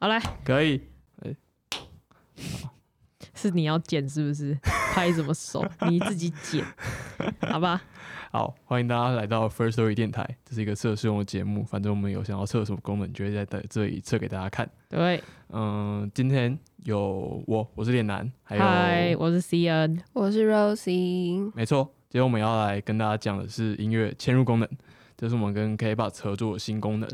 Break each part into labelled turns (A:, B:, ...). A: 好来，
B: 可以，
A: 是你要剪是不是？拍什么手？你自己剪，好吧？
B: 好，欢迎大家来到 First Story 电台，这是一个测试用的节目。反正我们有想要测什么功能，就会在在这里测给大家看。
A: 对，
B: 嗯，今天有我，我是脸男，还
A: 嗨，
B: 有
A: 我是 C N，
C: 我是 Rosie，
B: 没错，今天我们要来跟大家讲的是音乐嵌入功能，这是我们跟 KBox 合作的新功能。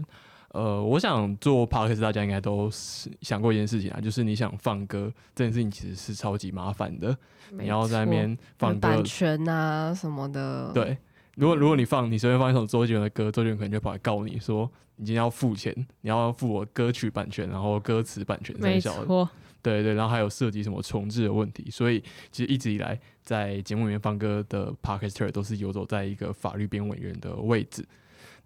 B: 呃，我想做 podcast，大家应该都是想过一件事情啊，就是你想放歌这件事情其实是超级麻烦的，你要在那边放歌
C: 版，权啊什么
A: 嗯
C: 的，，
B: 对，如果如果你放你随便放一首周杰伦的歌，周杰伦可能就跑来告你说你今天要付钱，你要付我歌曲版权，然后歌词版权
A: 没
B: 三小的，
A: 错，
B: 对对，然后还有涉及什么重置的问题，所以其实一直以来在节目里面放歌的 podcaster 都是游走在一个法律边委员的位置。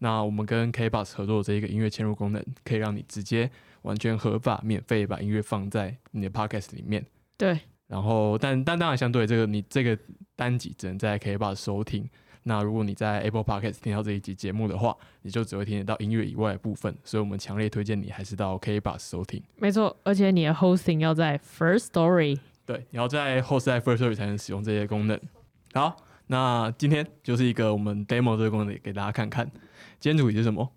B: 那我们跟 KBox 合作的这一个音乐嵌入功能，可以让你直接完全合法、免费把音乐放在你的 podcast 里面。
A: 对，
B: 然后，但但当然，相对这个你这个单集只能在 KBox 收听。那如果你在 Apple Podcast 听到这一集节目的话，你就只会听得到音乐以外的部分，所以我们强烈推荐你还是到 KBox 收听。
A: 没错，而且你的 hosting 要在 First Story。
B: 对，你要在后世代 First Story 才能使用这些功能。好，那今天就是一个我们 demo 这个功能给大家看看。今天主题是什么？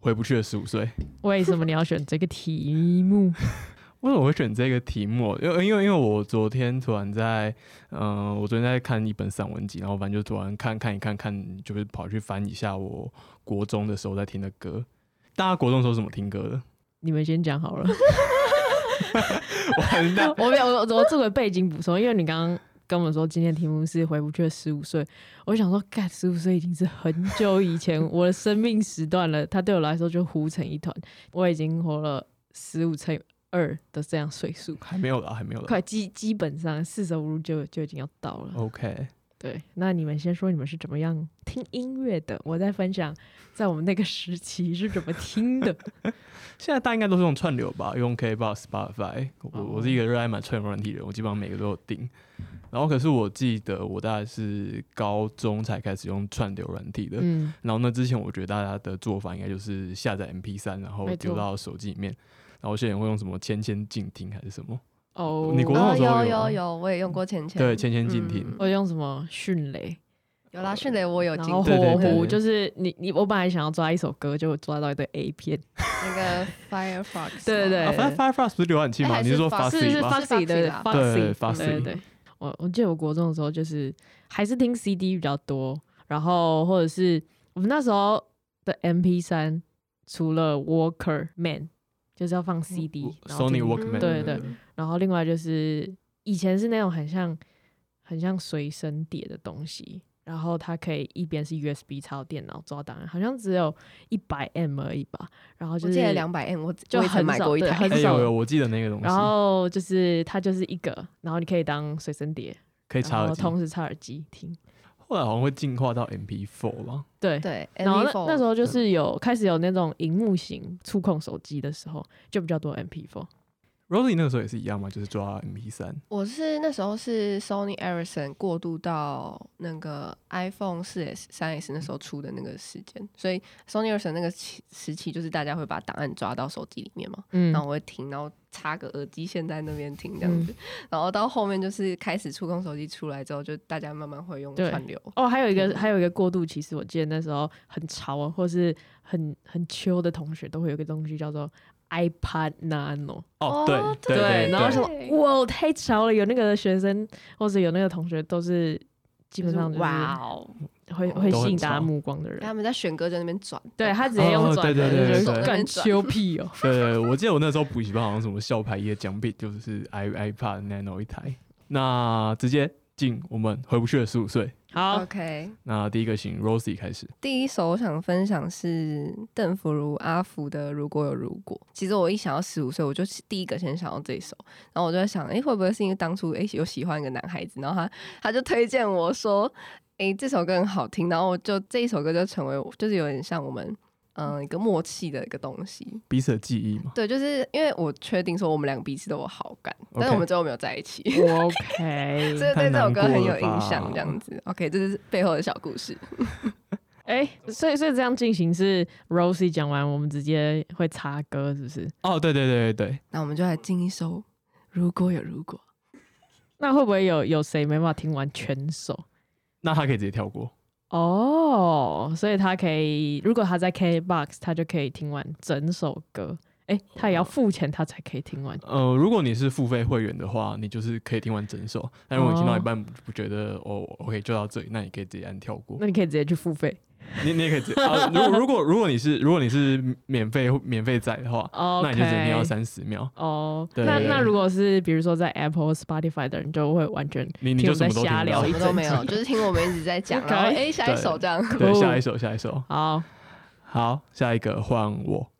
B: 回不去的十五岁。
A: 为什么你要选这个题目？
B: 为什么我会选这个题目？因为因为因为我昨天突然在，嗯、我昨天在看一本散文集，然后反正就突然看看一看看，就是跑去翻一下我国中的时候在听的歌。大家国中的时候怎么听歌的？
A: 你们先讲好了。
B: 完蛋，
A: 我没有，我我作为背景补充，因为你刚刚跟我们说今天题目是回不去的十五岁，我想说，干十五岁已经是很久以前我的生命时段了，它对我来说就糊成一团。我已经活了十五乘以二的这样岁数，
B: 还没有啦，还没有啦。
A: 快基基本上四舍五入就就已经要到
B: 哦
A: 了。
B: OK，
A: 对，那你们先说你们是怎么样听音乐的，我再分享在我们那个时期是怎么听 的。
B: 现在大家应该都是用串流吧，用 KBox、Spotify。我
A: 哦
B: 我是一个热爱买串流软体的人，我基本上每个都有订。然后可是我记得我大概是高中才开始用串流软体的，
A: 嗯，
B: 然后那之前我觉得大家的做法应该就是下载 MP 3然后
A: 没错
B: 丢到手机里面。然后现在也会用什么千千静听还是什么？
A: 哦，
B: 你国中
C: 哦
B: 的时候
C: 有
B: 有吗
C: 有有，我也用过钱钱，
B: 对，千千静听。
C: 嗯
A: 我用什么迅雷？
C: 有啦，迅雷我有
A: 然
C: 经
A: 后
C: 过
B: 对对
A: 火
B: 对
A: 狐就是你你我本来想要抓一首歌，结果抓到一堆 A 片，
C: 那个 Firefox，
A: 对对对
B: 啊，反正 Firefox 不是浏览器吗？
C: 哎
B: 你说
C: 还是
A: 是是
B: Foxy 吗？
A: Foxy 的
C: Foxy 啦
A: Foxy，
B: 对 Foxy
A: 对对。我我记得我国中的时候就是还是听 CD 比较多，然后或者是我们那时候的 MP 三，除了 Walker Man 就是要放 CD，然后
B: 嗯 Sony
A: 听
B: Walkman。
A: 对对
C: 对
A: 然后另外就是以前是那种很像很像随身碟的东西，然后它可以一边是 USB 插到电脑抓档案，好像只有一百 M 而已吧。然后
C: 我
A: 就
C: 记得
A: 是，
C: 两百 M，我
A: 就
C: 我也曾
A: 很
C: 买
A: 少
C: 过一
A: 对
C: 台
A: 很，
B: 哎、
A: 少
B: 有有，我记得那个东西，
A: 然后就是它就是一个，然后你可以当随身碟，
B: 可以插
A: 然
B: 耳
A: 后
B: 机。
A: 同时插耳机听。
B: 后来好像会进化到 MP4 吧？
A: 对，
C: 对，
A: 然后那
C: MP4
A: 那时
B: 嗯
A: 候就是有开始有那种荧幕型触控手机的时候，就比较多 MP4。
B: Rosie 那个时候也是一样嘛，就是抓 MP 三，
C: 我是那时候是 Sony Ericsson 过渡到那个 iPhone 四 S、三 S 那时候出的那个时间，所以 Sony Ericsson 那个期时期就是大家会把档案抓到手机里面嘛，
A: 嗯
C: 然后我会听，然后插个耳机线在那边听这样子，然后到后面就是开始触控手机出来之后，就大家慢慢会用
A: 对
C: 串流，
A: 哦，还有一个
C: 嗯
A: 还有一个过渡期，其实我记得那时候很潮啊，或是很很秋的同学都会有一个东西叫做 iPad Nano，
B: 哦，
C: 哦
B: 对对对，
A: 然后
B: 对
A: 什么哇太潮了，有那个学生或者有那个同学都是基
C: 就
A: 本
C: 是
A: 上
C: 哇
A: 哇
C: 哦，
A: 会
C: 都
A: 会吸
B: 很
A: 引大家
B: 潮
A: 目光的人，
C: 他们在选歌就在那边转，
A: 对他直接用
B: 哦
A: 转
B: 对
A: 的，
B: 对对
A: 就是
B: 对对
A: 干秋屁哦，
B: 对对，我记得我那时候补习班好像什么校牌一的奖品就是 i iPad Nano 一台。那直接进我们回不去的十五岁。
A: 好
C: OK，
B: 那第一个请 Rosie 开始。
C: 第一首我想分享是邓福如阿福的《如果有如果》。其实我一想到十五岁，我就第一个先想到这一首，然后我就在想，诶，会不会是因为当初诶有喜欢一个男孩子，然后他他就推荐我说，诶，这首歌很好听，然后我就这一首歌就成为我就是有点像我们嗯、呃一个默契的一个东西。
B: 彼此的记忆嘛。
C: 对，就是因为我确定说我们两个彼此都有好感，但是
B: OK
C: 我们最后没有在 一起。
A: ，OK，
C: 所以对这首歌很有
B: 太难过了
C: 印象
B: 吧，
C: 这样子。OK，这是背后的小故事。
A: 哎、所以所以这样进行是 Rosie 讲完，我们直接会插歌，是不是？
B: 哦，对对对对对，
C: 那我们就来进一首《如果有如果》。
A: 那会不会有有谁没办法听完全首？
B: 那他可以直接跳过。
A: 哦、所以他可以，如果他在 KBox，他就可以听完整首歌。哎、他也要付钱，他才可以听完。
B: 呃，如果你是付费会员的话，你就是可以听完整首。但如果你听到一半不觉得哦，OK 就到这里，那你可以直接按跳过。
A: 那你可以直接去付费。
B: 你你也可以直接 啊。如果如果如果你是如果你是免费免费仔的话，
A: 哦，
B: 那你就只能听到三十秒，
A: 哦、
B: 对
A: 那
B: 对
A: 那
B: 对
A: 如果是比如说在 Apple、Spotify 的人，就会完全
B: 你你
A: 听
B: 就
A: 我
B: 什
A: 们
B: 么都
A: 在
B: 听
A: 瞎
B: 不
A: 聊
B: 到
C: 什
A: 一
C: 么都没
A: 整
C: 有，就是听我们一直 在讲，然后
A: OK
C: 哎下一首这样。
B: 对，
A: 酷
B: 下一首，下一首。
A: 好。
B: 好，下一个换我，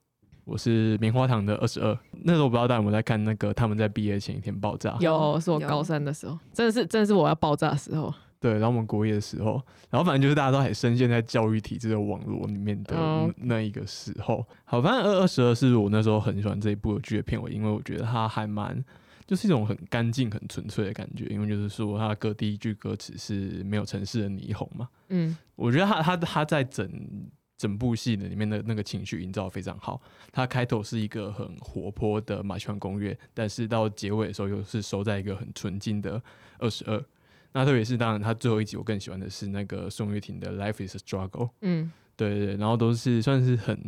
B: 我是棉花糖的二十二。那时候我不知道大家有没有在看那个他们在毕业前一天爆炸，
A: 有，是我
C: 有
A: 高三的时候，真的是真的是我要爆炸的时候。
B: 对，然后我们国一的时候，然后反正就是大家都很深陷在教育体制的网络里面的
A: 嗯
B: 那一个时候。好，反正二二十二是我那时候很喜欢这一部的剧的片尾，因为我觉得它还蛮。就是一种很干净、很纯粹的感觉，因为就是说，它的各第一句歌词是没有城市的霓虹嘛，
A: 嗯，
B: 我觉得他他他在整整部戏的里面的那个情绪营造得非常好。他开头是一个很活泼的马戏团公园，但是到结尾的时候又是收在一个很纯净的二十二。那特别是当然，他最后一集我更喜欢的是那个宋岳庭的《Life Is a Struggle》，
A: 嗯，
B: 对对对，然后都是算是很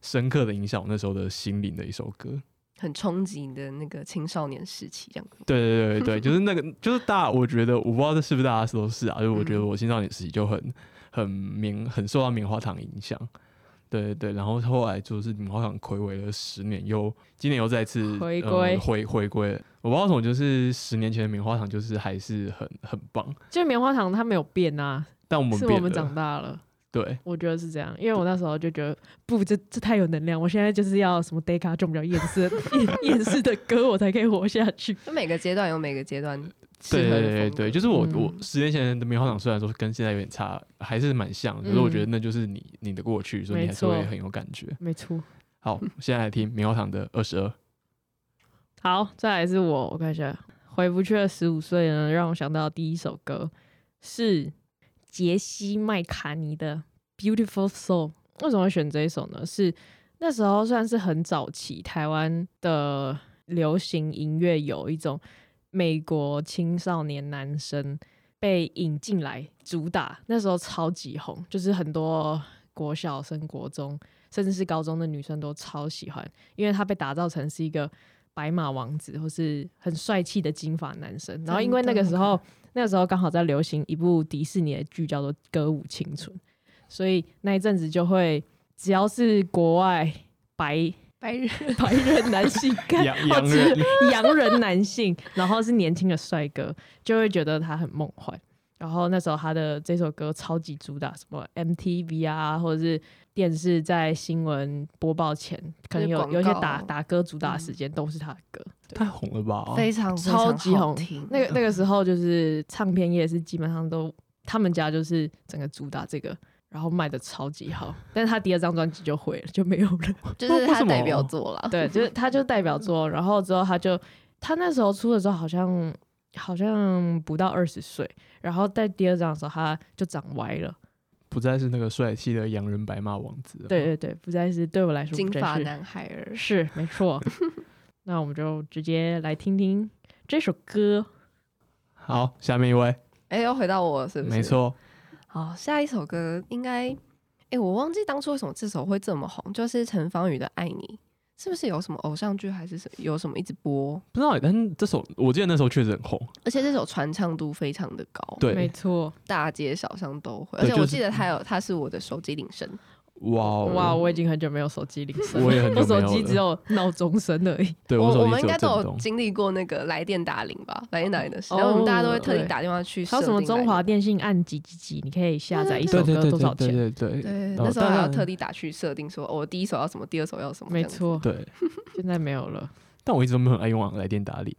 B: 深刻的影响我那时候的心灵的一首歌。
C: 很冲击你的那个青少年时期，这样
B: 对对对对，就是那个，就是大，我觉得我不知道这是不是大家都是啊，就是我
A: 嗯
B: 觉得我青少年时期就很很棉，很受到棉花糖影响。对对对，然后后来就是棉花糖暌违了十年又，今年又再次
A: 回归
B: 呃、回回归了。我不知道为什么，就是十年前的棉花糖就是还是很很棒，
A: 就是棉花糖它没有变啊，
B: 但我们
A: 是
B: 变了。
A: 我们长大了。
B: 对
A: 我觉得是这样，因为我那时候就觉得不，这这太有能量，我现在就是要什么 Deca 这种比较厌世的 厌厌世的歌，我才可以活下去。
C: 就每个阶段有每个阶段适
B: 对
C: 合
B: 对
C: 的
B: 对
C: 风格
B: 对，就是我、我
A: 嗯
B: 十年前的棉花糖虽然说跟现在有点差，还是蛮像的，可是我觉得那就是你你的过去，所以
A: 嗯
B: 你
A: 没
B: 还是会
A: 错
B: 很有感觉。
A: 没错，
B: 好，现在来听棉花糖的二十二。
A: 好，再来是我，我看一下，回不去的十五岁呢，让我想到第一首歌是杰西麦卡尼的《Beautiful Soul》。为什么会选这一首呢？是那时候算是很早期台湾的流行音乐有一种美国青少年男生被引进来主打，那时候超级红，就是很多国小生、国中甚至是高中的女生都超喜欢，因为他被打造成是一个白马王子或是很帅气的金发男生。然后因为那个时候，那个时候刚好在流行一部迪士尼的剧叫做《歌舞青春》，所以那一阵子就会只要是国外白
C: 白人
A: 白人男 性干
B: 洋
A: 好
B: 洋
A: 吃
B: 人
A: 洋人男性，然后是年轻的帅哥，就会觉得他很梦幻。然后那时候他的这首歌超级主打，什么 MTV 啊，或者是电视在新闻播报前，可能有
C: 广告
A: 有一些打打歌主打的时间都是他的歌。
B: 太红了吧？啊
C: 非常非常
A: 超级
C: 好
A: 红
C: 听。
A: 那个那个时候就是唱片业是基本上都他们家就是整个主打这个，然后卖的超级好，但是他第二张专辑就毁了，就没有了。
C: 就是
B: 为
C: 他
B: 什么啊
C: 代表作了，
A: 对，就是他就代表作，然后之后他就他那时候出的时候好像好像不到二十岁，然后在第二张的时候他就长歪了，
B: 不再是那个帅气的洋人白马王子了。
A: 对对对，不再是对我来说
C: 金
A: 不再
C: 发
A: 是
C: 男孩儿。
A: 是没 错，那我们就直接来听听这首歌，
B: 好，下面一位，
C: 哎，又回到我是不是？
B: 没。错，
C: 好，下一首歌应该，哎，我忘记当初为什么这首会这么红，就是陈芳宇的《爱你》，是不是有什么偶像剧还是什有什么一直播？
B: 不知道，但是这首我记得那时候确实很红，
C: 而且这首传唱度非常的高，
A: 没
B: 对，
A: 错，
C: 大街小巷都会。而
B: 对
C: 且我
B: 就是
C: 记得他有，他是我的手机铃声。
B: 哇哦
A: 哇，，我已经很久没有手 机铃声了，
B: 我也很久
A: 手
B: 没有
A: 机只有闹钟声而 已，
B: 对
C: 我
B: 手
C: 们
B: 机
C: 应
B: 只
C: 该
B: 有
C: 都
B: 震
C: 有
B: 动，
C: 经历过那个来电打铃吧，来电打铃的事，
A: 哦
C: 然后我们大家都会特地
A: 对
C: 打电话去。
A: 还有什么中华？电信按几几几，你可以下载一首
B: 对对
A: 歌
B: 对
A: 多少
B: 对
A: 钱？
B: 对对对
C: 对，
B: 然后
C: 那时候还
B: 哦当
C: 要
B: 然
C: 特地打去设定说，哦我第一首要什么，第二首要什么。
A: 没
C: 这样子，
A: 错，
B: 对，
A: 现在没有了。
B: 但我一直都没有很爱用往来电打理，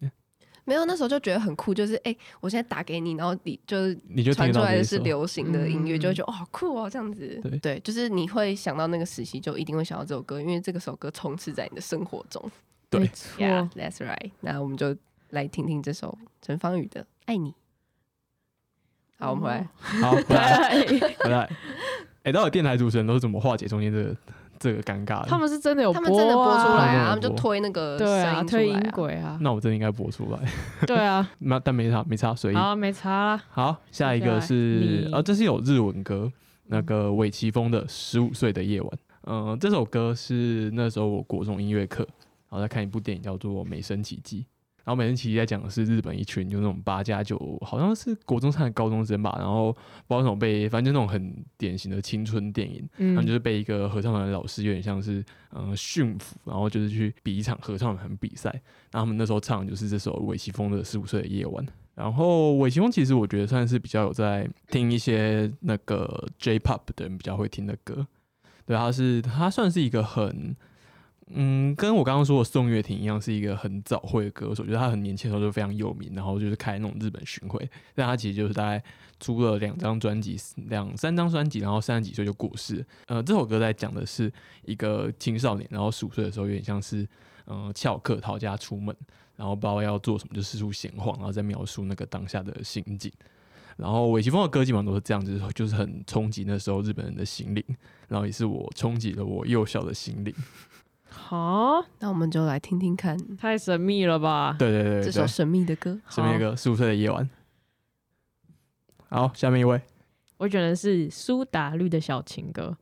C: 没有那时候就觉得很酷，就是哎，我现在打给你，然后你就是
B: 你就听得
C: 传出
B: 到
C: 来
B: 这
C: 的
B: 一
C: 是
B: 首。
C: 流行的音乐，
A: 嗯
C: 就会觉得哦，好酷哦，这样子。
B: 对
C: 对，就是你会想到那个时期，就一定会想到这首歌，因为这个首歌充斥在你的生活中。
B: 对
A: 没错。
C: Yeah，that's right。那我们就来听听这首陈芳宇的《爱你》。好，我们回来。
B: 好，回来回来，哎、到底电台主持人都是怎么化解中间这个这个尴尬的？
A: 他们是真的有
C: 他
A: 播、啊，
C: 们真的哦播出来
B: 他们
C: 啊，他们
B: 有
C: 就
B: 播
C: 推那个
A: 对啊，
C: 声
A: 推
C: 音出
A: 音
C: 来啊。
A: 轨啊，
B: 那我真的应该播出来，
A: 对啊，
B: 那但没差没差，随意。
A: 好，没差啦。
B: 好，下一个是
A: 你
B: 呃，这是有日文歌，那个尾崎峰的《十五岁的夜晚》。嗯、这首歌是那时候我国中音乐课，然后在看一部电影叫做《美声奇迹》，然后《美声奇迹》在讲的是日本一群就那种八加九，好像是国中上的高中生吧，然后不知道那种被，反正就那种很典型的青春电影，他们就
A: 嗯，
B: 是被一个合唱团的老师有点像是嗯、呃驯服，然后就是去比一场合唱团比赛。那他们那时候唱的就是这首韦奇峰的《十五岁的夜晚》。然后韦奇峰其实我觉得算是比较有在听一些那个 J-pop 的人比较会听的歌。对，他是他算是一个很嗯，跟我刚刚说的宋岳庭一样，是一个很早会的歌手。就是他很年轻的时候就非常有名，然后就是开那种日本巡回。但他其实就是大概出了两张专辑，两三张专辑，然后三十几岁就过世了。呃，这首歌在讲的是一个青少年，然后十五岁的时候有点像是嗯、呃翘课逃家出门，然后不知道要做什么就四处闲晃，然后再描述那个当下的心境。然后尾崎峰的歌基本上都是这样子，就是很冲击那时候日本人的心灵，然后也是我冲击了我幼小的心灵。
A: 好，
C: 那我们就来听听看
A: 太神秘了吧？
B: 对对对
C: 这
B: 对
C: 首
B: 对，
C: 神秘的歌。
B: 什么一
A: 好
B: 个十五岁的夜晚。好，下面一位，
A: 我选的是苏打绿的小情歌，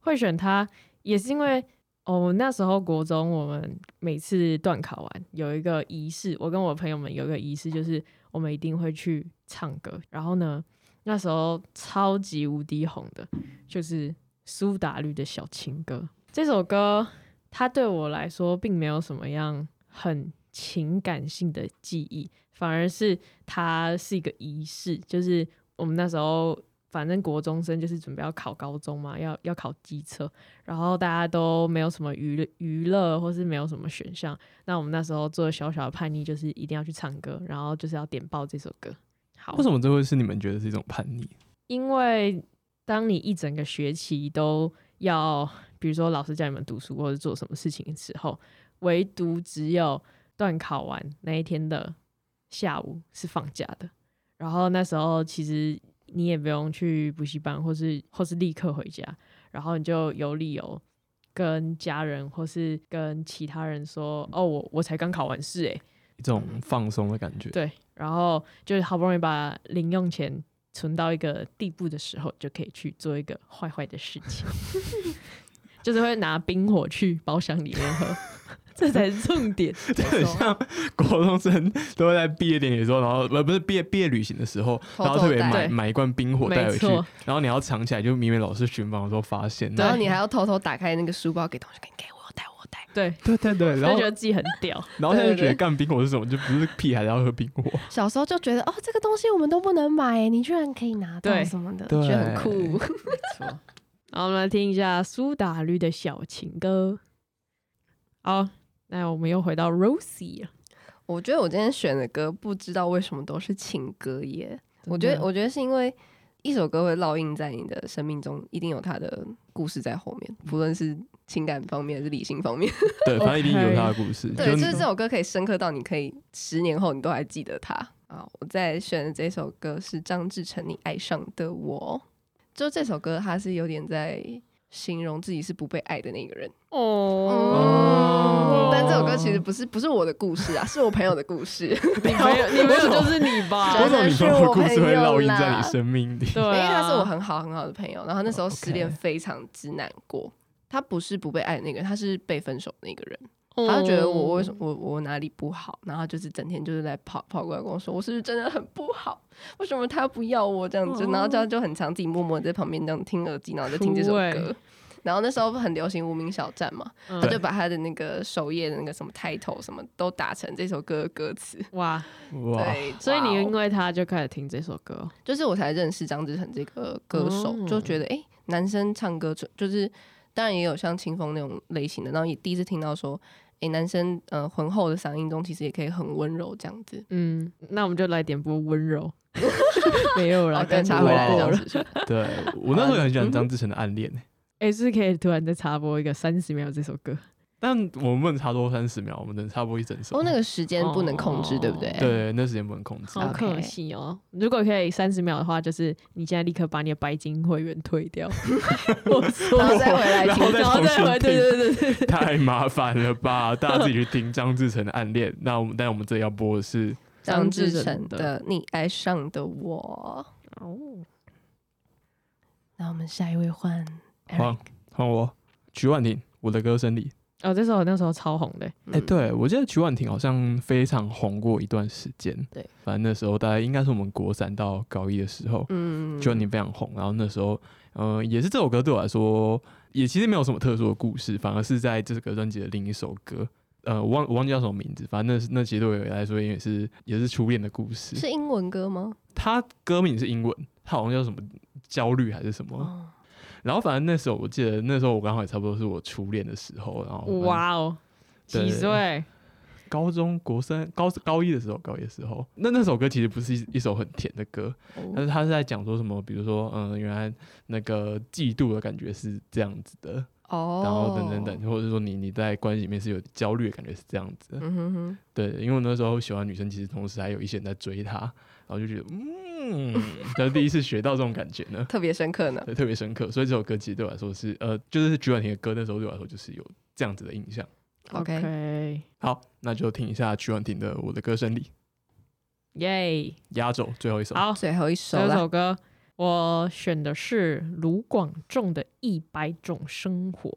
A: 会选它也是因为哦，那时候国中我们每次段考完有一个仪式，我跟我朋友们有一个仪式，就是我们一定会去唱歌。然后呢，那时候超级无敌红的就是苏打绿的小情歌这首歌，它对我来说并没有什么样很情感性的记忆，反而是它是一个仪式，就是我们那时候反正国中生就是准备要考高中嘛，要要考机测，然后大家都没有什么娱乐娱乐，或是没有什么选项。那我们那时候做小小的叛逆，就是一定要去唱歌，然后就是要点爆这首歌。好，
B: 为什么这会是你们觉得是一种叛逆？
A: 因为当你一整个学期都要，比如说老师叫你们读书或者做什么事情的时候，唯独只有段考完那一天的下午是放假的。然后那时候其实你也不用去补习班，或是或是立刻回家，然后你就有理由跟家人或是跟其他人说：“哦，我我才刚考完试诶、欸
B: 一种放松的感觉。
A: 对，然后就是好不容易把零用钱存到一个地步的时候，就可以去做一个坏坏的事 情，就是会拿冰火去包厢里面 喝，这才是重点。
B: 这很像国中生都会在毕业典礼的时候，然后呃不是毕业毕业旅行的时候，
C: 偷
B: 然后
C: 偷
B: 特别
C: 带
B: 买
A: 对
B: 买一罐冰火
A: 没
B: 带回去
A: 错，
B: 然后你要藏起来，就明明老师巡房的时候发现。
C: 然后
B: 那
C: 你还要偷偷打开那个书包给同学看，给我有带我有带。
A: 对，
B: 对对对，
A: 就
B: 然后
A: 觉得自己很屌。
B: 然后他就
C: 对对
B: 觉得
C: 对
B: 干冰火是什么，就不是屁孩要喝冰火。
C: 小时候就觉得哦，这个东西我们都不能买，你居然可以拿到
A: 对
C: 什么的，
B: 对
C: 觉得很酷。
A: 错。好，我们来听一下苏打绿的小情歌。好，那我们又回到 Rosie 了。
C: 我觉得我今天选的歌不知道为什么都是情歌耶，我觉得我觉得是因为一首歌会烙印在你的生命中，一定有它的故事在后面，不论是情感方面还是理性方面。
B: 对，反正一定有
A: OK
B: 他的故事。
C: 对，
B: 就
C: 就是这首歌可以深刻到你可以十年后你都还记得它啊！我在选的这首歌是张志成《你爱上的我》，就这首歌它是有点在形容自己是不被爱的那个人，
A: 哦
B: 哦
C: 但这首歌其实不是不是我的故事啊，是我朋友的故事。
A: 你没有，你没
B: 为什
A: 有
B: 么
A: 就是你吧？
B: 为什么
C: 真的
B: 你
C: 是
B: 朋友的
C: 我
B: 故事会
C: 朋友
B: 烙印在
C: 啦
B: 你生命里？
A: 对、
C: 因
A: 啊，哦
C: 为他是我很好很好的朋友，然后那时候失
B: OK
C: 恋非常之难过。他不是不被爱的那个人，他是被分手的那个人。
A: 哦，
C: 他就觉得我为什么我我哪里不好，然后就是整天就是来跑跑过来跟我说，我是不是真的很不好？为什么他不要我这样子？
A: 哦
C: 然后他就很常自己默默地在旁边这样听耳机，然后就听这首
A: 哭欸
C: 歌。然后那时候很流行无名小站嘛，
A: 嗯
C: 他就把他的那个首页的那个什么 title 什么都打成这首歌的歌词。
A: 哇，
B: 哇，
C: 对，
A: 所以你因
C: 哇哦
A: 为他就开始听这首歌，
C: 就是我才认识张志成这个歌手，
A: 哦
C: 就觉得哎、诶男生唱歌就就是当然也有像清风那种类型的，然后也第一次听到说，哎、男生呃浑厚的嗓音中其实也可以很温柔这样子。
A: 嗯，那我们就来点播温柔， 没有啦，
C: 哦
A: 刚才
C: 对插
B: 回
A: 我
B: 来
A: 过
B: 这样
A: 了
C: 子是不是
B: 对我那时候也很喜欢
C: 嗯
B: 张志成的《暗恋》欸
A: 哎、是不是可以突然再插播一个三十秒这首歌，
B: 但我们不能差多三十秒，我们能差不多一整首。
C: 哦，那个时间不能控制，
A: 哦
C: 对不对？
B: 对，那时间不能控制。
A: 好可惜哦！如果可以三十秒的话，就是你现在立刻把你的白金会员退 掉，我说
C: 然后再回来
B: 然
C: 听
B: 后再
A: 然后
B: 重
A: 再
B: 新
A: 回，对对对对对，
B: 太麻烦了吧？大家自己去听张志成的《暗恋》。那我们，但我们这里要播的是，
C: 张
A: 张
C: 志
A: 智
C: 成
A: 成
C: 的
A: 的
C: 《你爱上的我》。
A: 哦，
C: 那我们下一位换 Eric
B: 换换我，曲婉婷，《我的歌声里》
A: 哦，这首我那时候超红的，
C: 嗯
B: 哎、对，我记得曲婉婷好像非常红过一段时间。
C: 对，
B: 反正那时候大概应该是我们国三到高一的时候，
C: 嗯，
B: 曲婉婷非常红。然后那时候，呃，也是这首歌对我来说，也其实没有什么特殊的故事，反而是在这个专辑的另一首歌，呃，我忘我忘记叫什么名字，反正那是那其实对我来说也是也是初恋的故事。
C: 嗯是英文歌吗？
B: 它歌名是英文，它好像叫什么焦虑还是什么。
C: 哦，
B: 然后反正那时候我记得那时候我刚好也差不多是我初恋的时候，然后反正
A: 哇哦，
B: 对
A: 几岁？
B: 高中国三高高一的时候，高一的时候，那那首歌其实不是一一首很甜的歌，但是他是在讲说什么，比如说，嗯，原来那个嫉妒的感觉是这样子的，
C: 哦，
B: 然后等等，等，或者说你你在关系里面是有焦虑的感觉是这样子的，
C: 嗯哼哼，
B: 对，因为我那时候喜欢女生，其实同时还有一些人在追她，然后就觉得，嗯， 这是第一次学到这种感觉呢，
C: 特别深刻呢。
B: 对特别深刻，所以这首歌其实对我来说是，呃，就是曲婉婷的歌，那时候对我来说就是有这样子的印象。
C: OK，
B: 好，那就听一下曲婉婷的《我的歌声里》。
A: 耶，
B: 压轴最后一首。
A: 好，
C: 最后一首
A: 这
C: 啦，
A: 首歌我选的是卢广仲的《一百种生活》。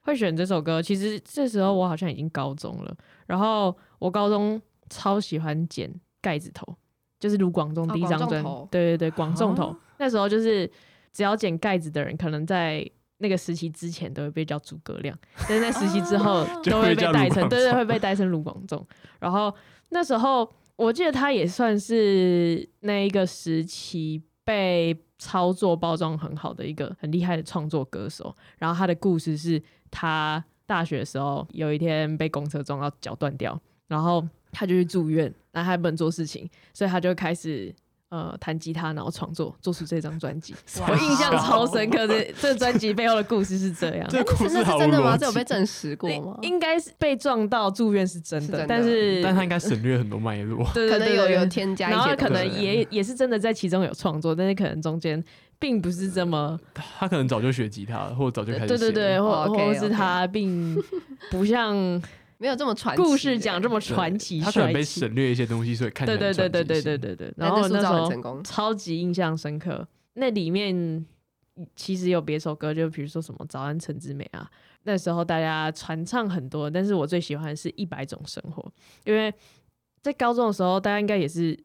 A: 会选这首歌，其实这时候我好像已经高中了。然后我高中超喜欢剪盖子头，就是卢广仲
C: 哦
A: 第一张
C: 广
A: 专
C: 仲头
A: 对对对，广仲头
B: 啊。
A: 那时候就是只要剪盖子的人，可能在那个时期之前都会被叫诸葛亮，但是在时期之后
B: 就
A: 都
B: 会
A: 会
B: 叫
A: 被带
B: 卢广
A: 成，对对，
B: 仲
A: 会被带成卢广仲。然后那时候我记得他也算是那一个时期被操作包装很好的一个很厉害的创作歌手。然后他的故事是他大学的时候有一天被公车撞到脚断掉，然后他就去住院，然后他也不能做事情，所以他就开始。呃，弹吉他，然后创作，做出这张专 辑，我印象超深刻。这这专辑背后的故事是这样，
B: 这故
C: 真
B: 事
C: 的
B: 好
C: 是
B: 无
C: 真的吗？
B: 逻
C: 这有
B: 辑
C: 被证实过
A: 应
C: 吗？
A: 应该是被撞到住院是真的，
C: 是真的
A: 但是
B: 但他应该省略很多脉络。
A: 对对
C: 可能
A: 对
C: 有
A: 对
C: 有
A: 对
C: 添加一
A: 然
C: 些
A: 后
C: 东西，嗯
A: 可能
B: 西
A: 也也是真的在其中有创作，但是可能中间并不是这
B: 嗯
A: 么
B: 他可能早就学吉他了，或者早就开始
A: 对对
B: 写
A: 对，
B: 了
A: 或
C: 哦
A: 或
C: ，OK，
A: 或是他 并不像
C: 没有这么传奇
A: 故事讲这
C: 么，
A: 么传奇
B: 他可能
A: 帅
B: 被
A: 气
B: 省。略一些东西，所以看起
A: 对
B: 来
A: 对对对对对
B: 对。
A: 对对。
C: 但
A: 然后
C: 是塑
A: 那时
C: 造很
A: 候
C: 成功。
A: 超级印象深刻，那里面其实有别首歌，就比如说什么《早安陈之美》啊，那时候大家传唱很多，但是我最喜欢的是一百种生活，因为在高中的时候，大家应该也是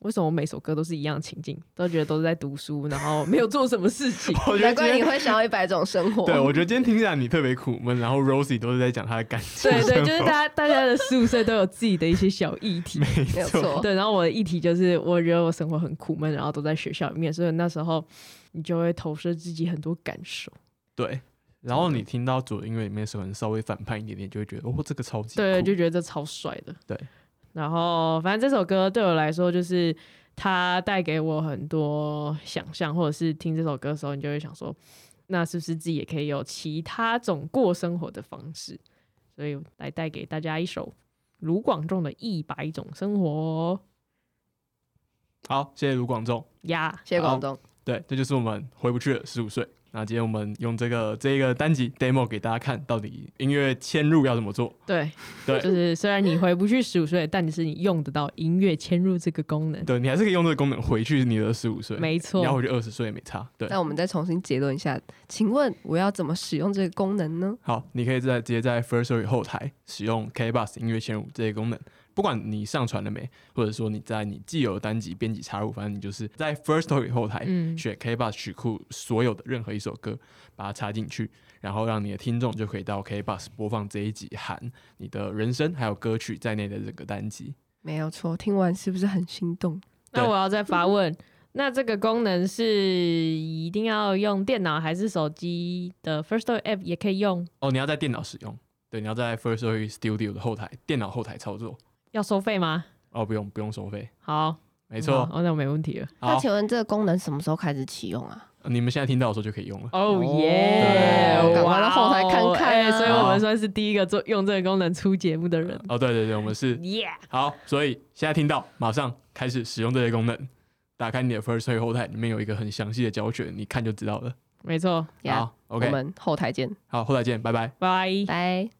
A: 为什么我每首歌都是一样的情境，都觉得都是在读书，然后没有做什么事情。
B: 我觉
C: 难
B: 得今
C: 怪你
B: 天，
C: 会想要一百种生活。
B: 对我觉得今天听起来你特别苦闷，然后 Rosie 都是在讲她的感情
A: 对
B: 生活，
A: 对，就是大家大家的十五岁都有自己的一些小议题，
C: 没
B: 没
C: 有
B: 错。
C: 错。
A: 对，然后我的议题就是，我觉得我生活很苦闷，然后都在学校里面，所以那时候你就会投射自己很多感受。
B: 对，然后你听到主音乐里面的时候，可能稍微反叛一点点，就会觉得哦，这个超级
A: 对，
B: 酷
A: 就觉得这超帅的。
B: 对，
A: 然后反正这首歌对我来说，就是它带给我很多想象，或者是听这首歌的时候，你就会想说，那是不是自己也可以有其他种过生活的方式？所以来带给大家一首卢广仲的《一百种生活
B: 好，谢谢卢广仲。》
A: 呀。
C: 谢谢广东，
B: 对，这就是我们回不去了十五岁。那今天我们用这个这一个单集 demo 给大家看，到底音乐嵌入要怎么做？
A: 对，
B: 对
A: 就是虽然你回不去十五岁，但你是你用得到音乐嵌入这个功能。
B: 对你还是可以用这个功能回去你的十五岁，
A: 没
B: 你
A: 错，
B: 要回去二十岁也没差。对，
C: 那我们再重新结论一下，请问我要怎么使用这个功能呢？
B: 好，你可以在直接在 First Story 后台使用 KBox 音乐嵌入这些功能，不管你上传了没，或者说你在你既有的单集编辑插入，反正你就是在 First Story 后台
A: 嗯，
B: 选 KBox 曲库所有的任何一首歌，把它插进去，然后让你的听众就可以到 KBox 播放这一集含你的人声还有歌曲在内的这个单集。
C: 没有错，听完是不是很心动？
A: 那
B: 对
A: 我要再发问， 那这个功能是一定要用电脑还是手机的 First Story App 也可以用？
B: 哦，你要在电脑使用，对，你要在 First Story Studio 的后台电脑后台操作。
A: 要收费吗？
B: 哦，不用不用收费，
A: 好，
B: 没错
A: 好。哦，那我没问题了。
B: 好
C: 那请问这个功能什么时候开始启用啊？
B: 你们现在听到的时候就可以用了。
A: 哦耶
B: 耶！
C: 赶快到后台看看啊
A: 哎所以我们算是第一个做用这个功能出节目的人。
B: 哦，对对对，我们是
A: 耶！
B: 好，所以现在听到，马上开始使用这些功能。打开你的 First Story 后台，里面有一个很详细的教学，你看就知道了。
A: 没错，
C: 呀
B: 好，OK，
C: 我们后台见，
B: 好，后台见，拜拜。
A: 拜。
C: 拜。